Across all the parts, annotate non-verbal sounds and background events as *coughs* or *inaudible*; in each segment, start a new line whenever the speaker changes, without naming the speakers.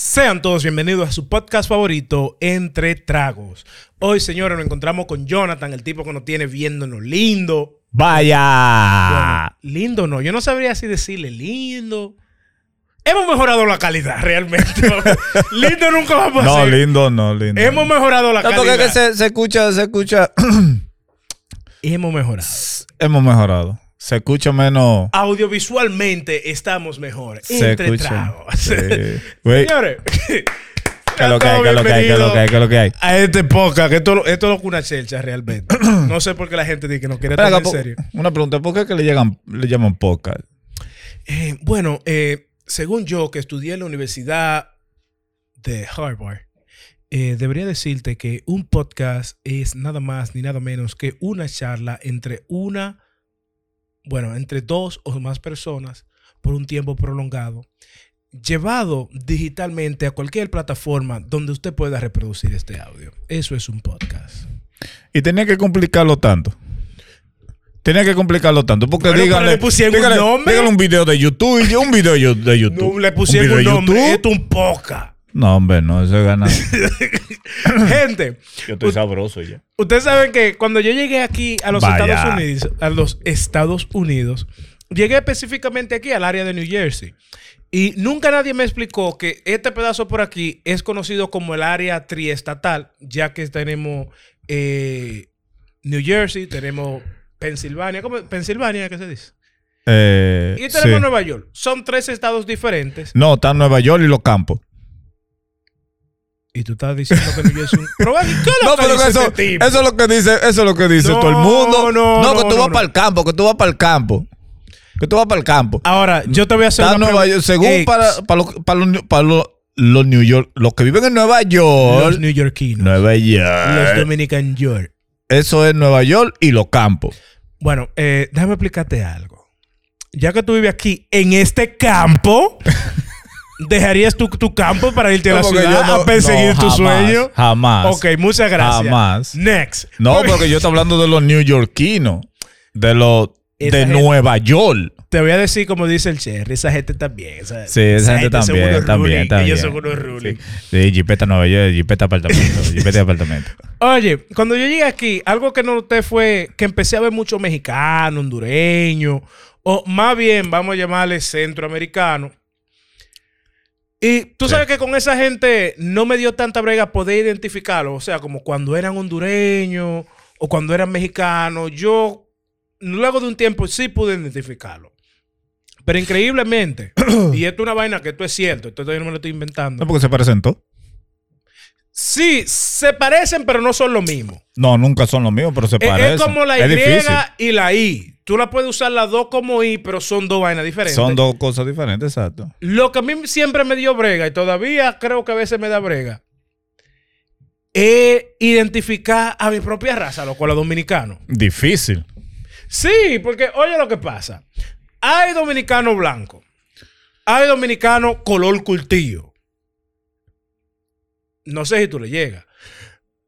Sean todos bienvenidos a su podcast favorito, Entre Tragos. Hoy, señores, nos encontramos con Jonathan, el tipo que nos tiene viéndonos lindo.
Vaya.
Bueno, lindo no, yo no sabría si decirle lindo. Hemos mejorado la calidad, *laughs* realmente. lindo nunca vamos a
No,
ser.
lindo, no, lindo.
Hemos mejorado la
Tanto que,
calidad.
que se, se escucha, se escucha.
Hemos mejorado.
*clears throat* Hemos mejorado. Se escucha menos.
Ah, Audiovisualmente estamos mejor.
Se
entre
escucha.
tragos.
Sí.
*laughs*
Güey,
Señores,
¿qué es lo que hay? ¿Qué es lo que hay? ¿Qué es lo que hay? ¿Qué es lo que hay?
a este podcast, que esto, esto es una chelcha realmente. *coughs* No sé por qué la gente dice que nos quiere
Espera,
tomar en
po-
serio.
Una pregunta, ¿por qué es que le, llegan, le llaman podcast?
Eh, bueno, eh, según yo, que estudié en la Universidad de Harvard, eh, debería decirte que un podcast es nada más ni nada menos que una charla entre una, bueno, entre dos o más personas por un tiempo prolongado, llevado digitalmente a cualquier plataforma donde usted pueda reproducir este audio. Eso es un podcast.
Y tenía que complicarlo tanto. Tenía que complicarlo tanto. Porque
Bueno, pero
díganle,
le pusieron un
díganle,
nombre.
díganle un video de YouTube y yo- un video yo- de YouTube.
No le pusieron un
video de
nombre, Eh,
YouTube.
esto es un podcast.
No, hombre, no,
*laughs*
eso gana.
Gente.
Yo estoy sabroso ya.
Ustedes saben que cuando yo llegué aquí a los
Vaya.
Estados Unidos, a los Estados Unidos, llegué específicamente aquí al área de New Jersey. Y nunca nadie me explicó que este pedazo por aquí es conocido como el área triestatal, ya que tenemos eh, New Jersey, tenemos Pensilvania, ¿cómo? Pensilvania, ¿qué se dice?
Eh,
Y este
sí.
tenemos Nueva York. Son tres estados diferentes.
No, está en Nueva York y los campos.
Y tú estás diciendo que New Jersey es
*laughs*
un... Pero, ¿qué es lo
No,
que
pero
dice
eso,
este tipo?
eso es lo que dice, eso es lo que dice
No,
todo el mundo.
no,
No, que
no,
tú
no,
vas
no.
para el campo, que tú vas para el campo. Que tú vas para el campo.
Ahora, yo te voy a hacer
Está en
Ah, una
Nueva
pregunta. Eh,
York, según
Ey,
para, para, los, para, los, para los- los New York, los que viven en Nueva
los
York,
neoyorquinos.
Nueva
Los
York.
Dominican York.
Eso es Nueva York y los campos.
Bueno, eh, déjame explicarte algo. Ya que tú vives aquí, en este
*laughs*
campo, ¿dejarías tu, tu campo para irte a la
No, porque
ciudad
yo no-
a perseguir
no,
tu
jamás,
sueño?
Jamás.
Ok, muchas gracias.
Jamás.
Next.
No,
Muy bien.
porque yo estoy hablando de los neoyorquinos, de los
Esa
de
gente-
Nueva York.
Te voy a decir, como dice el Cherry, esa gente también. Esa,
Sí, esa gente
son
también,
unos
también,
ruling.
también.
Ellos son unos ruling.
Sí, sí, Jeepeta Nueva York, Jeepeta *laughs* apartamento, Jeepeta apartamento.
Oye, cuando yo llegué aquí, algo que no noté fue que empecé a ver mucho mexicano, hondureño, o más bien, vamos a llamarle centroamericano. Y tú
Sí.
sabes que con esa gente no me dio tanta brega poder identificarlo. O sea, como cuando eran hondureños o cuando eran mexicanos, yo luego de un tiempo sí pude identificarlo. Pero increíblemente, y esto es una vaina que esto es cierto, esto yo no me lo estoy inventando.
No, porque se presentó.
Sí, se parecen, pero no son lo mismo.
No, nunca son los míos, pero se
Eh, Es-
parecen.
Es como la
Es
Y
difícil.
y la I. Tú la puedes usar las dos como I, pero son dos vainas diferentes.
Son dos cosas diferentes, exacto.
Lo que a mí siempre me dio brega, y todavía creo que a veces me da brega, es identificar a mi propia raza, lo cual los dominicanos.
Difícil.
Sí, porque oye lo que pasa. Hay dominicano blanco. Hay dominicano color cultillo. No sé si tú le llegas.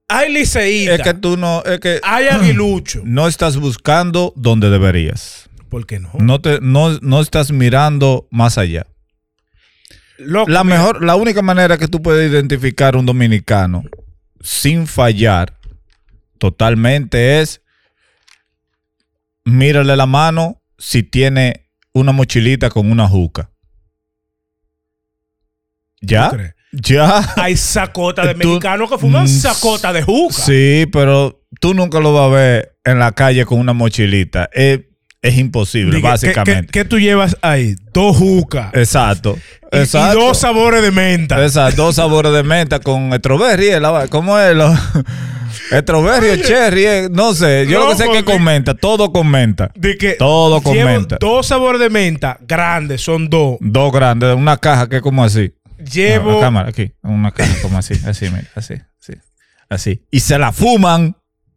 Hay liceíta.
Es que tú no, es que
Hay
*clears throat*
aguilucho.
no estás buscando donde deberías.
¿Por qué no?
No te, no, no estás mirando más allá.
Loco,
La mejor, la única manera que tú puedes identificar un dominicano sin fallar totalmente es mírale la mano si tiene una mochilita con una juca.
¿tú
¿Ya?
crees?
¿Ya?
Hay sacotas de
Tú-
mexicanos que fuman
Mm,
sacota de juca.
Sí, pero tú nunca lo vas a ver en la calle con una mochilita. Es, es imposible,
Dije, ¿qué-
básicamente.
¿qué, qué tú llevas ahí? Dos jucas.
Exacto.
y, y
exacto.
dos sabores de menta.
Esas dos sabores de menta con strawberry, eh, la va- ¿cómo es? Lo- *laughs* strawberry o cherry, eh, no sé. Yo lo que sé es
Loco,
que
di-
con menta, todo con menta.
de que
Todo con
llevo
menta.
Dos sabores de menta grandes, son dos.
Dos grandes, una caja que es como así.
Llevo.
La cámara, aquí, una caja como así, así, mira, así, así. Así. Y se la fuman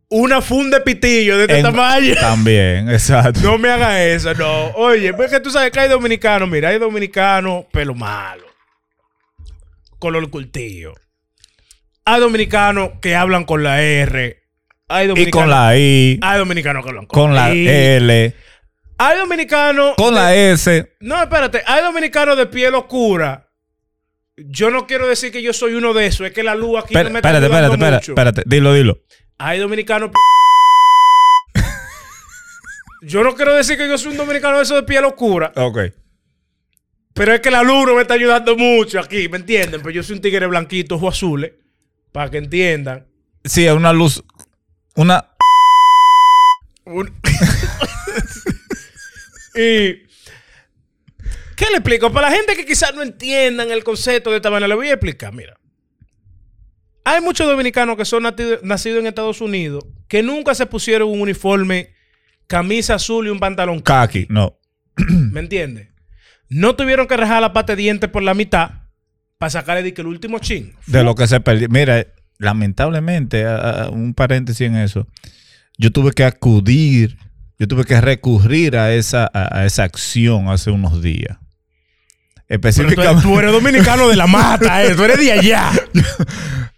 una funda de pitillo de este
En-
tamaño. *laughs*
también, exacto.
No me haga eso, no. Oye, porque tú sabes que hay dominicanos. Mira, hay dominicanos pelo malo. Color cultillo. Hay dominicanos que hablan con la R. Hay dominicanos,
y con la I,
hay dominicanos que hablan con,
con la
I.
L,
Hay dominicanos.
con la S.
No, espérate. Hay dominicanos de piel oscura Yo no quiero decir que yo soy uno de esos, es que la luz aquí
Espera-
no me está
Espérate, espérate,
ayudando
espérate,
mucho.
espérate. Dilo, dilo.
Hay dominicanos. p-
*laughs*
Yo no quiero decir que yo soy un dominicano de esos de piel oscura,
Ok.
pero es que la luz no me está ayudando mucho aquí, ¿me entienden? Pero yo soy un tigre blanquito, ojos azules, para que entiendan.
Sí, es una luz. Una.
Un- *laughs* y. ¿Qué le explico? Para la gente que quizás no entiendan el concepto de esta vaina, le voy a explicar. Mira. Hay muchos dominicanos que son nati- nacidos en Estados Unidos que nunca se pusieron un uniforme, camisa azul y un pantalón
Kaki. No. Mm.
¿Me entiendes? No tuvieron que rajar la pata de dientes por la mitad para sacarle de que el último chin.
De lo que se perdió. Mira, lamentablemente, a- a- un paréntesis en eso. Yo tuve que acudir, yo tuve que recurrir a esa, a, a esa acción hace unos días.
Pero tú, eres-
Específicamente,
tú eres dominicano de la mata, eh, tú eres de
*laughs*
allá.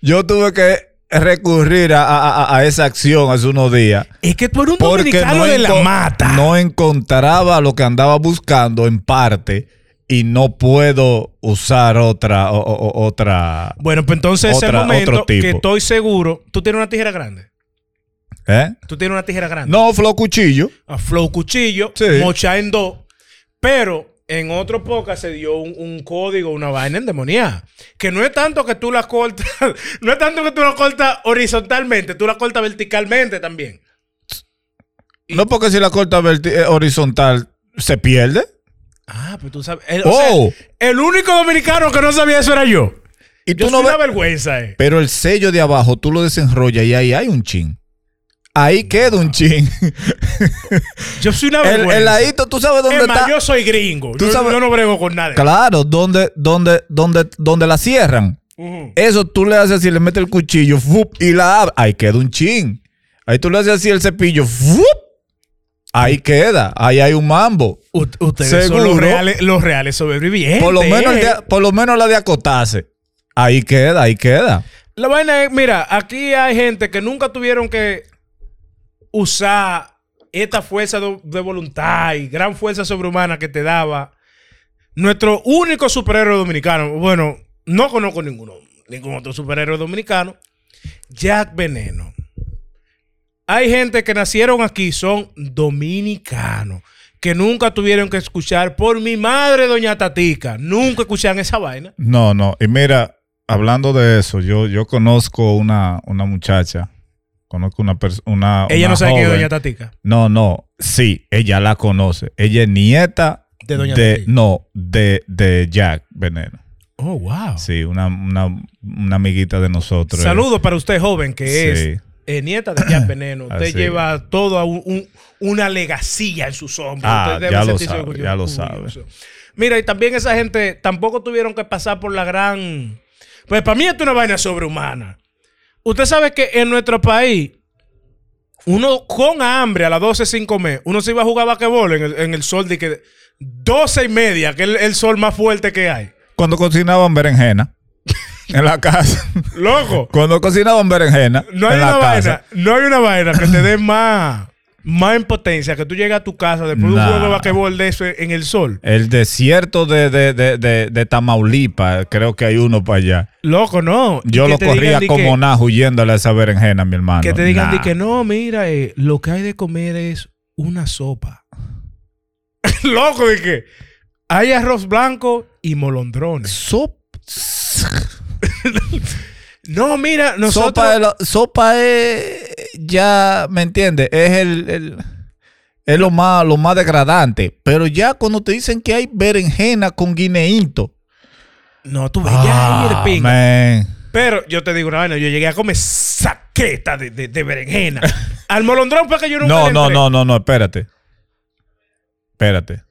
yo tuve que recurrir a, a- a- a esa acción hace unos días.
Es que tú eres un
Porque
dominicano
no,
de la
enco-
mata.
no encontraba lo que andaba buscando en parte y no puedo usar otra, o- o- o- otra,
Bueno, pues entonces es el
Otra-
momento
otro tipo.
que estoy seguro. Tú tienes una tijera grande.
¿eh?
Tú tienes una tijera grande.
No, flow cuchillo.
A flow cuchillo,
Sí.
mocha en dos. Pero en otro podcast se dio un, un código, una vaina endemoniada. Que no es tanto que tú la cortas, *laughs* no es tanto que tú la cortas horizontalmente, tú la cortas verticalmente también. Y-
No porque si la corta verti- eh, horizontal se pierde.
Ah, pues tú sabes. El, o
Oh,
sea, el único dominicano que no sabía eso era yo.
y
Yo
tú no
soy
ves.
una vergüenza, eh.
Pero el sello de abajo tú lo desenrollas y ahí hay un chin. Ahí queda
*laughs*
un chin.
Yo soy una
El,
vergüenza.
el ladito, tú sabes dónde
Es más,
está.
yo soy gringo.
Tú
Yo,
sabes-
yo no brego con nadie.
Claro, donde, donde, donde, donde la cierran.
Ujú.
Eso tú le haces así, le metes el cuchillo ¡fup! y la abres. Ahí queda un chin. Ahí tú le haces así el cepillo. ¡fup! Ahí queda. Ahí hay un mambo.
U- Ustedes son los
Seguro.
reales, los reales sobrevivientes.
Por lo menos, el
eh.
de- por lo menos la de acotarse. Ahí queda, ahí queda.
La vaina es, mira, aquí hay gente que nunca tuvieron que usar esta fuerza de, de voluntad y gran fuerza sobrehumana que te daba nuestro único superhéroe dominicano. Bueno, no conozco ninguno, ningún otro superhéroe dominicano. Jack Veneno. Hay gente que nacieron aquí, son dominicanos, que nunca tuvieron que escuchar por mi madre, doña Tatica. Nunca escuchan esa vaina.
No, no. Y mira, hablando de eso, yo, yo conozco una, una muchacha. Conozco una persona.
Ella no sabe quién es doña Tatica.
No, no. Sí, ella la conoce. Ella es nieta
De doña Tatica.
No, de, de Jack Veneno.
Oh, wow.
Sí, una, una, una amiguita de nosotros.
Saludos para usted, joven, que
Sí. Ah,
es eh, nieta de Jack
*laughs*
Veneno. Usted
Así
lleva toda un- un- una legacía en sus hombros.
Ah,
Usted
ya lo
sentirse
sabe,
orgullo-
ya lo
orgulloso. Mira, y también esa gente tampoco tuvieron que pasar por la gran. Pues para mí esto es una vaina sobrehumana. Usted sabe que en nuestro país, uno con hambre a las 12, 5 comer, uno se iba a jugar vaquebol en el, en el sol de que 12 y media, que es el- el sol más fuerte que hay.
Cuando
*laughs*
cocinaban berenjena en la casa.
Loco.
Cuando cocinaban berenjena
No hay
en la
una
casa.
vaina, no hay una vaina que te dé más, más impotencia que tú llegas a tu casa después de un
Nah.
juego de basquetbol de eso en el sol.
El desierto de, de, de, de, de Tamaulipas, creo que hay uno para allá.
Loco, no. Y
Yo
que
lo
te
corría
digan di
como
que,
nada huyéndole a esa berenjena, mi hermano.
que te digan di
Nah.
que no, mira, eh, lo que hay de comer es una sopa. *laughs* Loco, de que hay arroz blanco y molondrones.
Sop-
No, mira, nosotros
Sopa, de lo- sopa es. Ya, ¿me entiendes? Es el. el- es lo más, lo más degradante. Pero ya cuando te dicen que hay berenjena con guineíto. pues
no tú veías ahí el pinga.
Ah, man.
Pero yo te digo una vaina, yo llegué a comer saqueta de, de- de berenjena.
*laughs*
Al molondrón fue que yo nunca
No,
le
no,
entré.
no, no, no, espérate. Espérate.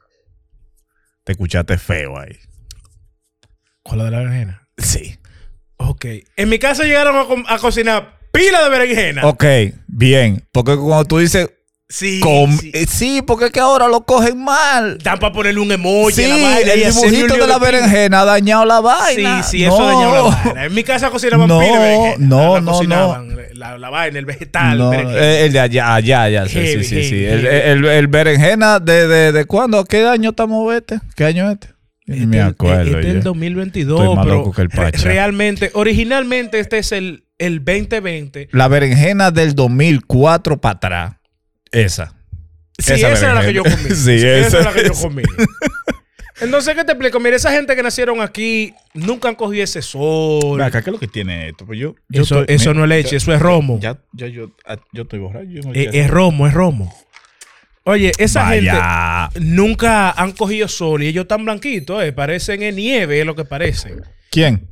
Te escuchaste feo ahí.
Con la de la berenjena.
Sí.
Ok. En mi casa llegaron a, co- a cocinar pila de berenjena.
Ok, bien. Porque cuando tú dices.
Sí.
com-
sí.
eh, sí, porque es que ahora lo cogen mal.
Dan para ponerle un emoji
sí,
a la vaina. y
el
hacerle un
dibujito
lío
de la
pila.
berenjena ha dañado la
Sí,
vaina.
sí, eso
No.
dañaba la vaina. En mi casa cocinaban
No,
pila de berenjena.
no,
La
no,
cocinaban, eh, La, la vaina, el vegetal,
*laughs* No,
berenjena.
eh, el de allá, allá, allá. Sí,
Heavy,
sí, sí. sí.
heavy,
El,
heavy.
el- el berenjena de, de, de cuándo, qué año estamos este, qué año es este.
Este
me
el-
acuerdo.
Este es el
yo.
2022.
Estoy más
pero
loco que el
re-
Pacha.
realmente, originalmente este es el, el 2020.
La berenjena del 2004 para atrás. Esa.
Sí,
Esa
esa, era la que yo
berenjena.
comí.
*laughs* Sí, esa-
era la que yo
esa.
comí. Entonces, ¿qué te explico? Mira, esa gente que nacieron aquí nunca han cogido ese sol.
Ve acá, ¿qué es lo que tiene esto? Pues yo, yo
eso
estoy-
eso
mira,
no es leche, eso es romo.
Ya, ya yo, ah, yo estoy borracho. yo no
Eh,
quiero-
es romo, es romo. Oye, esa gente
Vaya.
nunca han cogido sol y ellos están blanquitos, eh, parecen en nieve, es lo que parecen.
¿Quién?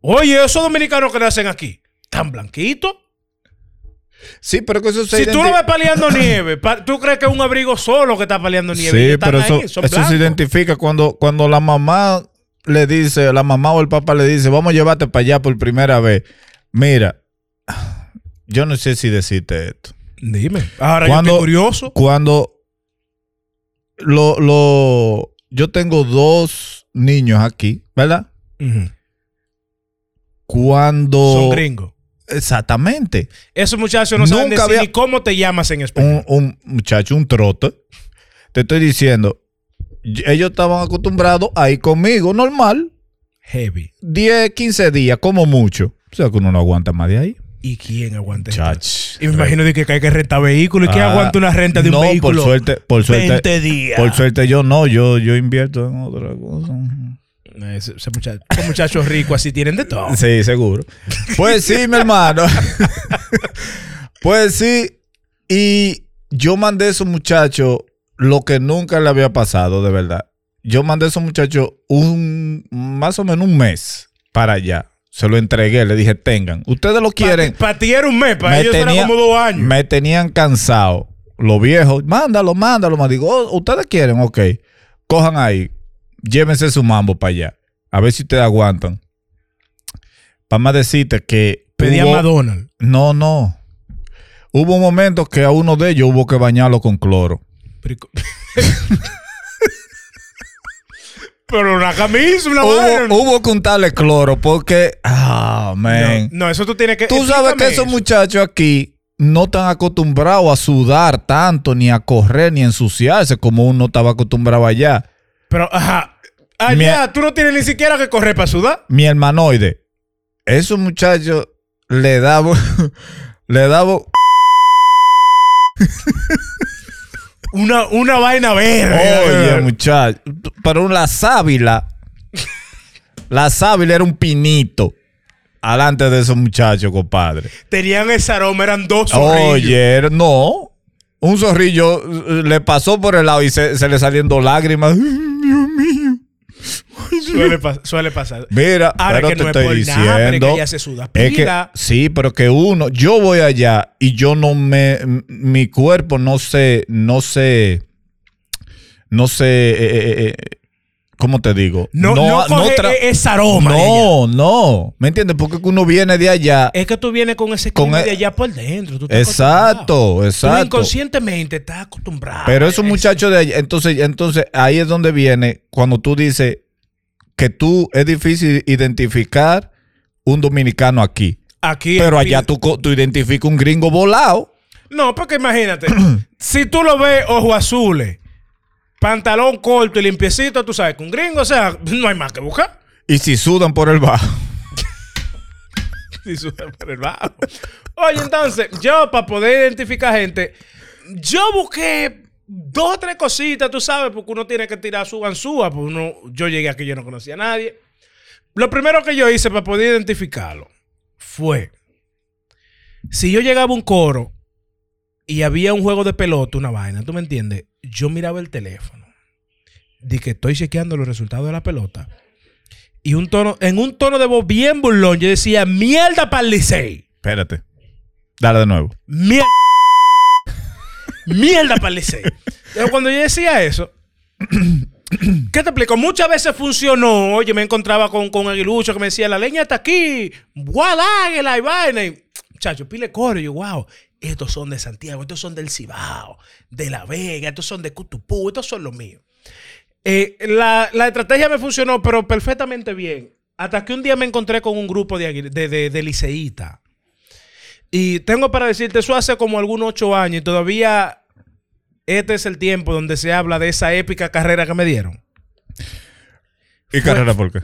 Oye, esos dominicanos que nacen aquí, tan blanquitos.
Sí, pero que eso se
Si tú lo
identi-
ves
*coughs*
paleando nieve, pa- tú crees que es un abrigo solo que está paleando nieve. Ellos
Sí,
están
pero
ahí,
eso,
son
eso se
blancos.
identifica cuando, cuando la mamá le dice, la mamá o el papá le dice, vamos a llevarte para allá por primera vez. Mira, yo no sé si decirte esto.
Dime. Ahora yo
Cuando-
estoy curioso.
Cuando lo, lo, yo tengo dos niños aquí, ¿verdad? Cuando...
Son gringos.
Exactamente.
Esos muchachos no saben
Nunca
decir
había-
ni cómo te llamas en español.
un, un muchacho, un trote. Te estoy diciendo, y- ellos estaban acostumbrados a ir conmigo normal,
Heavy.
10, 15 días, como mucho. O sea que uno no aguanta más de ahí.
¿Y quién aguanta esto?
Chach.
Y me imagino de que hay que rentar vehículo. ¿Y quién
Ah,
aguanta una renta de un
no,
vehículo?
Por suerte, por suerte,
20 días.
por suerte yo no, yo, yo invierto en otra cosa.
Eh, ese- ese muchacho- esos muchachos ricos así tienen de todo.
Sí, seguro. Pues sí, mi hermano. *laughs* pues sí. Y yo mandé a esos muchachos lo que nunca le había pasado, de verdad. Yo mandé a esos muchachos un, más o menos un mes para allá. Se lo entregué, le dije, tengan. Ustedes lo quieren.
Para ti era un mes, para
Me
ellos
tenía-
era como dos años.
Me tenían cansado. Los viejos, mándalo, mándalo. Me digo, "Oh, ustedes quieren, ok. Cojan ahí. Llévense su mambo para allá. A ver si ustedes aguantan. Para más decirte que.
Pedía
hubo-
McDonald's.
No, no. Hubo un momento que a uno de ellos hubo que bañarlo con cloro.
Pero, *laughs* Pero una camisa, una vaina.
Hubo, hubo que untarle cloro porque. Ah, man.
No, eso tú tienes que.
Tú sabes que
explícame
esos
eso.
muchachos aquí no están acostumbrados a sudar tanto, ni a correr, ni a ensuciarse como uno estaba acostumbrado allá.
Pero, ajá. Allá, tú no tienes ni siquiera que correr para sudar.
Mi hermanoide, esos muchachos le daba, *laughs* le daba
Una, una vaina verde.
Oye, muchacho, pero la sábila, la sábila era un pinito alante de esos muchachos, compadre.
Tenían ese aroma, eran dos zorrillos.
Oye, era- no. Un zorrillo eh, le pasó por el lado y se, se le saliendo lágrimas. *laughs* Dios mío.
Suele, pas- suele pasar.
Mira,
Ahora
pero
que
te
no es
estoy
por
diciendo.
nada, pero es que ya se suda
es que-
pila.
sí, pero que uno, yo voy allá y yo no me, m- mi cuerpo no se, no se, no se, eh, eh, eh, ¿cómo te digo?
No, no, coge
tra-
e- ese aroma. de allá.
no, no, ¿me entiendes? Porque que uno viene de allá.
Es que tú vienes con ese
Con
clima
e-
de allá por dentro. tú estás acostumbrado.
Exacto,
Tú
exacto.
inconscientemente estás acostumbrado.
Pero esos
Es-
muchachos de allá, entonces, entonces ahí es donde viene cuando tú dices que tú es difícil identificar un dominicano aquí.
Aquí
Pero
empieza-
allá tú, co- tú identificas un gringo volado.
No, porque
*clears throat*
imagínate, si tú lo ves ojos azules, pantalón corto y limpiecito, tú sabes, con gringo, o sea, no hay más que buscar.
Y si sudan por el bajo.
*laughs* Y sube por el bajo. Oye, entonces, yo para poder identificar gente, yo busqué dos o tres cositas, tú sabes, porque uno tiene que tirar su ganzúa, pues uno, yo llegué aquí, yo no conocía a nadie. Lo primero que yo hice para poder identificarlo fue, si yo llegaba a un coro y había un juego de pelota, una vaina, ¿tú me entiendes? Yo miraba el teléfono, di que estoy chequeando los resultados de la pelota. Y un tono, en un tono de voz bien burlón, yo decía, mierda para el Licey.
Espérate. Dale de nuevo.
Mierda. mierda para el Licey. Pero cuando yo decía eso, *clears throat* ¿qué te explico? Muchas veces funcionó. Oye, me encontraba con, con Aguilucho que me decía, la leña está aquí. Guau, águila y vaina. Y, chacho, pile coro. Y yo, wow, estos son de Santiago, estos son del Cibao, de La Vega, estos son de Cutupú, estos son los míos. Eh, la, la estrategia me funcionó, pero perfectamente bien. Hasta que un día me encontré con un grupo de, aguil- de, de, de liceístas. Y tengo para decirte, eso hace como algunos ocho años y todavía este es el tiempo donde se habla de esa épica carrera que me dieron.
¿Y carrera por qué?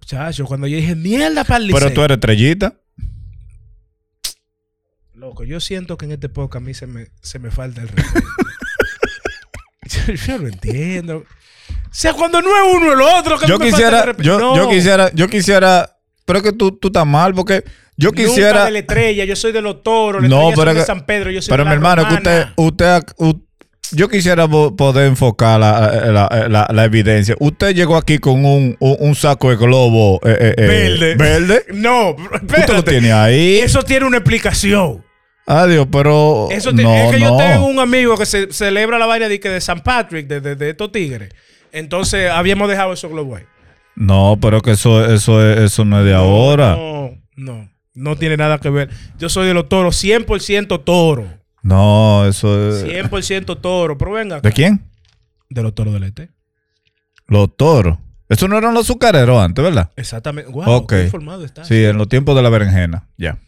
Muchacho, cuando yo dije, mierda para el
Pero
liceo".
tú eres estrellita.
Loco, yo siento que en este podcast a mí se me, se me falta el respeto. *laughs* yo, yo no entiendo. O sea, cuando no es uno el otro. que
Yo
tú me faltas el
quisiera,
respeto.
yo,
No,
yo quisiera, yo quisiera. Pero es que tú, tú estás mal, porque yo
nunca
quisiera.
de la estrella, yo soy de los toros, la
No,
estrella
pero
soy de
que-
San Pedro, yo soy de
Pero mi
la
hermano, que usted,
romana.
usted, u- yo quisiera vo- poder enfocar la, la- la- la evidencia. Usted llegó aquí con un, un- un saco de globo eh, eh, eh,
Verde.
verde.
No,
Usted lo
espérate.
tiene ahí.
Eso tiene una explicación.
Adiós, pero
Eso te-
no,
es que yo
no.
tengo un amigo que se, celebra la vaina de, que de San Patrick, de, de, de estos tigres. Entonces, habíamos dejado esos globos ahí.
No, pero que eso, eso, es- eso no es de ahora. No.
No, no. No tiene nada que ver. Yo soy de los toros, 100% toro.
eso es.
100% toro. Pero venga. acá.
¿De quién?
De los toros del este.
Los toros. Eso no eran los azucareros antes, ¿verdad?
Exactamente. Wow,
Ok.
qué informado estás.
Sí, en los tiempos de la berenjena. Ya.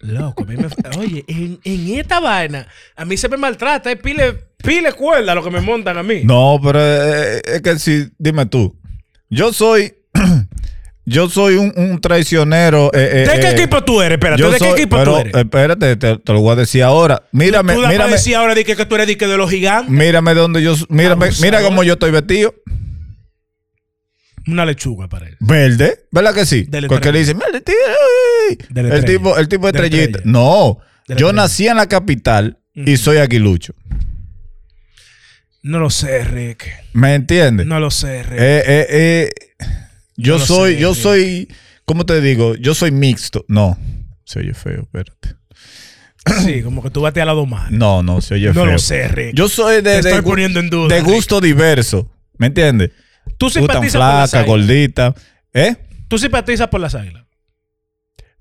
Loco, a mí me- Oye, en, en esta vaina, a mí se me maltrata. Es pile, pile cuerda lo que me montan a mí.
No, pero eh, es que si, dime tú. Yo soy. *clears throat* yo soy un, un traicionero. eh, eh,
¿De qué
eh,
equipo tú eres? Espérate,
yo
¿de qué
soy-
equipo
pero, eh,
tú eres?
Espérate, te, te lo voy a decir ahora. Mírame,
tú me
mírame.
decías ahora de que, que tú eres de, que de los gigantes.
Mírame de donde yo. Mírame, mira
Abusador.
cómo yo estoy vestido.
Una lechuga para él.
Verde, ¿verdad que sí?
Del
Porque le dicen, "Mira, el tío, ay".
Del
el
estrella.
tipo, el tipo de
Del
estrellita.
estrella.
No,
Del
yo
estrella.
nací en la capital y
Ujú.
soy aguilucho.
No lo sé, Rick.
¿Me entiendes?
No lo sé, Rick.
Eh, eh, eh, yo
No lo
soy,
sé,
yo
Rick.
soy, ¿cómo te digo? Yo soy mixto. No, se oye feo, espérate.
Sí, como que tú bate a la domana.
No, no, se oye
No
feo.
lo sé, Rick.
Yo soy
Te
de, de,
estoy
gu-
poniendo en duda.
de
Rick.
gusto diverso. ¿Me entiendes?
Tú
Gustan
simpatizas por las
flaca,
águilas.
gordita. ¿Eh?
Tú simpatizas por las águilas.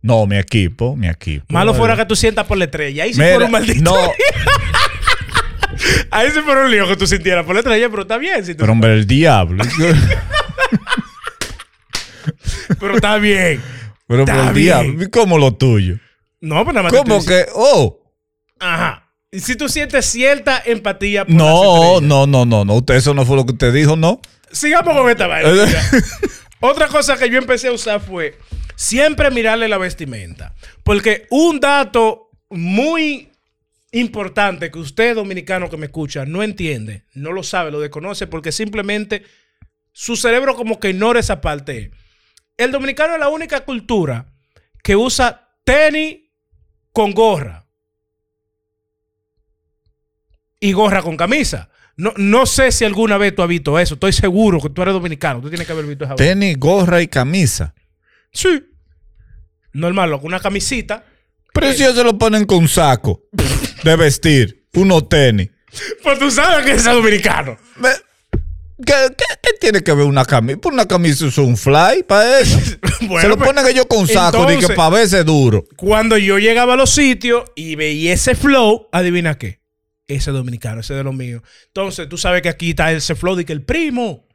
No, mi equipo, mi equipo.
Malo fuera que tú sientas por la estrella. Ahí sí
Mira,
fuera un maldito.
No,
Ahí sí fuera un lío que tú sintieras por la estrella, pero está bien. si tú-
pero hombre, el diablo.
*laughs* pero está bien.
Pero
Está
por el
bien.
diablo, ¿cómo lo tuyo?
No, pero nada más. te
¿Cómo
estoy diciendo-
que? Oh,
Ajá. Y si tú sientes cierta empatía por
no,
las estrellas.
no, no, no, no. Usted, eso no fue lo que usted dijo, ¿no?
Sigamos con esta vaina. Otra cosa que yo empecé a usar fue siempre mirarle la vestimenta. Porque un dato muy importante que usted, dominicano que me escucha, no entiende, no lo sabe, lo desconoce, porque simplemente su cerebro como que ignora esa parte. El dominicano es la única cultura que usa tenis con gorra. Y gorra con camisa. No, no sé si alguna vez tú has visto eso. Estoy seguro que tú eres dominicano. Tú tienes que haber visto esa vaina.
Tenis, gorra y camisa.
Sí. Normal, loco. Una camisita. *laughs*
Pero si ellos se lo ponen con saco de vestir, unos tenis.
Pues tú sabes que es dominicano. *laughs*
Ve, ¿Qué, qué, qué tiene que ver una camisa? Pues una camisa es un fly
*laughs*
para eso.
Bueno,
se lo
pues,
ponen ellos con saco, de que
entonces-
para verse duro.
Cuando yo llegaba a los sitios y veía ese flow, adivina qué. Ese dominicano, ese de los míos. Entonces, tú sabes que aquí está ese flow de que el primo.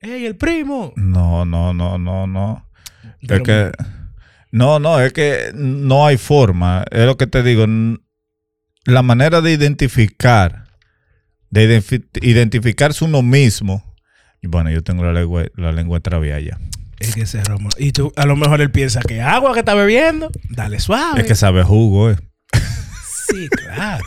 ¡Ey, el primo!
No, no, no, no, no.
De
Es
lo
que. No, no, es que no hay forma. Es lo que te digo. n- La manera de identificar, de identifi- identificarse uno mismo. Y bueno, yo tengo la lengua, la lengua extraviada ya.
Es que ese romo. Y tú, a lo mejor él piensa que agua que está bebiendo, dale suave.
Es que sabe jugo, eh.
Sí,
*laughs*
claro.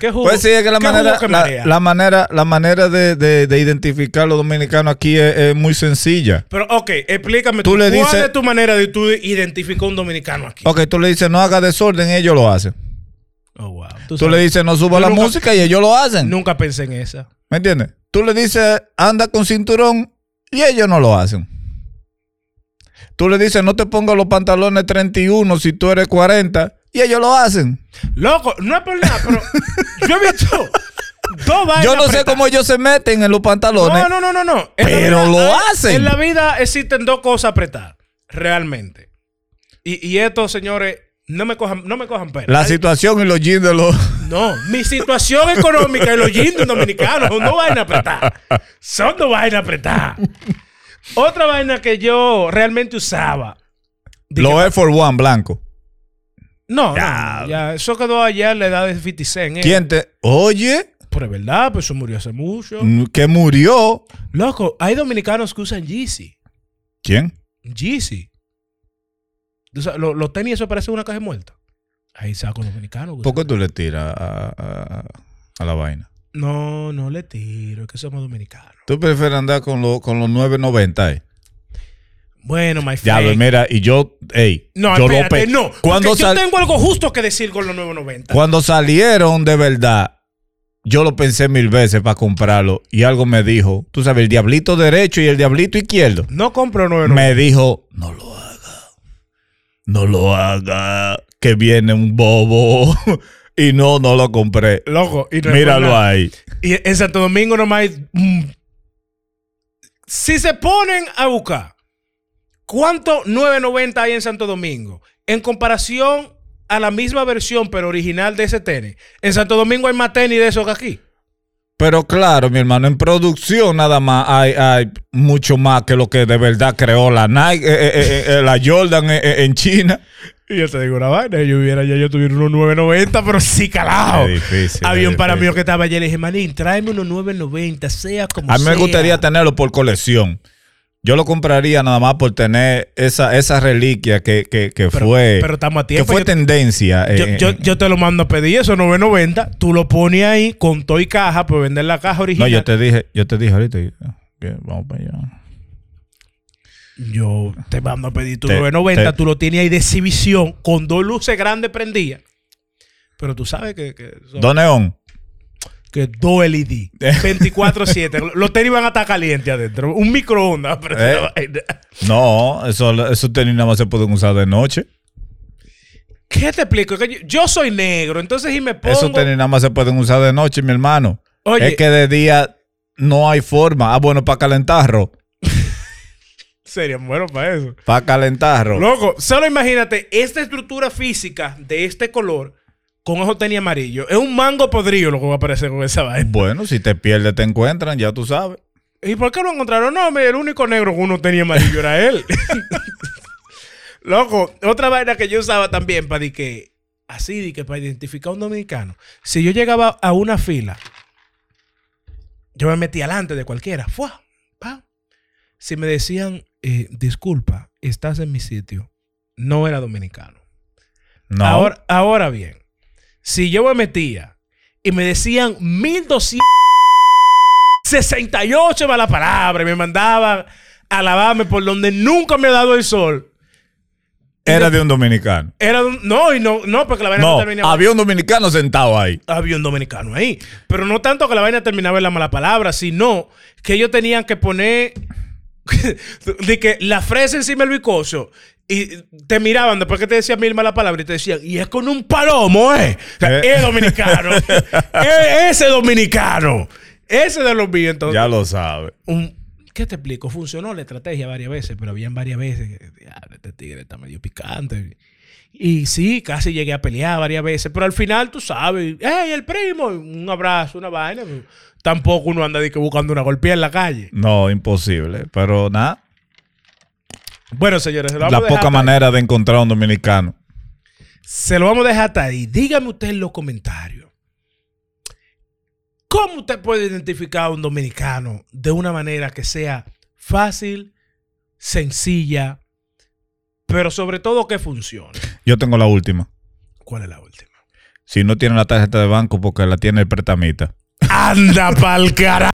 ¿Qué jugo?
Pues sí, es que la
¿Qué
manera,
jugo que
la,
marea?
la manera, la manera de, de- de identificar a los dominicanos aquí es, es muy sencilla.
Pero, ok, explícame
Tú
tú,
le
cuál
dices- Oh.
es tu manera de tú identificar a un dominicano aquí.
Ok, tú le dices no haga desorden, ellos lo hacen.
Oh, wow.
Tú,
sabes,
le dices no suba
Yo
la
nunca-
música y ellos lo hacen.
Nunca pensé en esa.
¿Me entiendes? Tú le dices, anda con cinturón y ellos no lo hacen. Tú le dices, no te pongas los pantalones 31 si tú eres 40 y ellos lo hacen.
Loco, no es por nada,
*laughs*
pero yo he visto dos vainas.
Yo no sé
apretadas.
cómo ellos se meten en los pantalones.
No, no, no, no, no. En la
Pero
vida-
lo
ah,
hacen.
En la vida existen dos cosas apretadas, realmente. Y, y esto, señores, no me cojan, no me cojan pena.
La
Hay-
situación y los jeans de los...
No, mi situación económica y los jeans de un dominicano son dos vainas apretadas. Son dos vainas apretadas. Otra vaina que yo realmente usaba. Dije,
Los Air Force One blanco.
no, no,
Ya.
ya, eso quedó allá en la edad de 56. ¿eh?
¿Quién te...? Oye,
Pero es verdad, pues eso murió hace mucho.
Mm, Que murió.
Loco, hay dominicanos que usan Yeezy.
¿Quién?
Yeezy. O sea, lo- los tenis, eso parece una caja muerta. Ahí saco dominicano. güey.
¿Por qué tú le tiras a, a- a la vaina?
No, no le tiro, es que somos dominicanos.
¿Tú prefieres andar con, lo- con los 990? Eh?
Bueno, my
Ya,
friend.
mira, y yo, ey,
No,
yo lo
espérate,
pe-
no. porque
Cuando,
Yo
sal-
tengo algo justo que decir con los 990.
cuando salieron de verdad, yo lo pensé mil veces para comprarlo y algo me dijo, tú sabes, el diablito derecho y el diablito izquierdo.
No compro 990.
Me dijo, no lo haga, no lo haga, que viene un bobo. *laughs* y no, no lo compré.
Loco, y
Míralo
recuerda-
ahí.
Y en Santo Domingo nomás hay. mm, si se ponen a buscar cuánto 990 hay en Santo Domingo en comparación a la misma versión pero original de ese tenis. En Santo Domingo hay más tenis de esos que aquí.
Pero claro, mi hermano, en producción nada más hay, hay mucho más que lo que de verdad creó la Nike, eh, eh, eh, eh, la Jordan eh, eh, en China.
Y yo te digo una vaina, yo hubiera ya yo tuviera unos 990, pero sí calado.
Es difícil,
Había
es
un para
difícil.
mío que estaba ayer y le dije, Manín, tráeme unos 990, sea como sea.
A mí me gustaría tenerlo por colección. Yo lo compraría nada más por tener esa, esa reliquia que, que, que
Pero-
fue,
pero estamos a
que
tiempo.
fue
yo-
tendencia. eh,
Yo,
eh,
yo- yo te lo mando a pedir, eso 990. Tú lo pones ahí con toy caja, pues vender la caja
no,
original.
yo te dije, yo te dije ahorita que vamos para allá.
Yo te mando a pedir tu
Te-
990.
te-
Tú lo tienes ahí de exhibición con dos luces grandes prendidas. Pero tú sabes que, que, son-
Doneón.
que dos E
*laughs*
LED, 24-7. los tenis van a estar calientes adentro. Un microondas. *laughs* pero
Eh.
esa vaina.
No, eso, eso tenis nada más se pueden usar de noche.
¿Qué te explico? Que yo, yo soy negro, entonces si me pongo.
Esos tenis nada más se pueden usar de noche, mi hermano.
Oye,
Es que de día no hay forma. Ah, bueno, para calentarro.
sería bueno para eso.
Para calentarro.
Loco, solo imagínate esta estructura física de este color con ojo tenis amarillo. Es un mango podrido lo que va a aparecer con esa vaina.
Bueno, si te pierdes, te encuentran, ya tú sabes.
¿Y por qué lo encontraron? No, mira, el único negro que uno tenía amarillo era él. Loco, otra vaina que yo usaba también para di que así di que para identificar a un dominicano. Si yo llegaba a una fila, yo me metía delante de cualquiera. ¡Fua! pa. Si me decían, eh, disculpa, estás en mi sitio, no era dominicano.
No.
Ahora, ahora bien, si yo me metía y me decían 1268 malas palabras, y me mandaban a lavarme por donde nunca me ha dado el sol.
Era de un dominicano.
Era un- no, y no, no, porque la vaina no,
No,
terminaba.
había un dominicano sentado ahí.
Había un dominicano ahí. Pero no tanto que la vaina terminaba en la mala palabra, sino que ellos tenían que poner *laughs* de que la fresa encima del bicocho y te miraban después que te decían mil malas palabras y te decían, y es con un palomo, ¿eh? O sea,
Eh.
es dominicano. es ese dominicano. Ese de los míos, entonces.
Ya lo sabe.
Un- ¿Qué te explico? Funcionó la estrategia varias veces, pero habían varias veces que, "Diablo, este tigre está medio picante. Y sí, casi llegué a pelear varias veces, pero al final tú sabes, ¡hey, el primo! Un abrazo, una vaina. Tampoco uno anda de que buscando una golpea en la calle.
No, imposible. Pero nada,
Bueno, señores, se lo
la
vamos, a dejar
poca
hasta,
manera de encontrar un dominicano.
se lo vamos a dejar hasta ahí. Dígame usted en los comentarios. ¿Cómo usted puede identificar a un dominicano de una manera que sea fácil, sencilla, pero sobre todo que funcione?
Yo tengo la última.
¿Cuál es la última?
Si no tiene la tarjeta de banco porque la tiene el pretamita.
*laughs* ¡Anda pa'l carajo!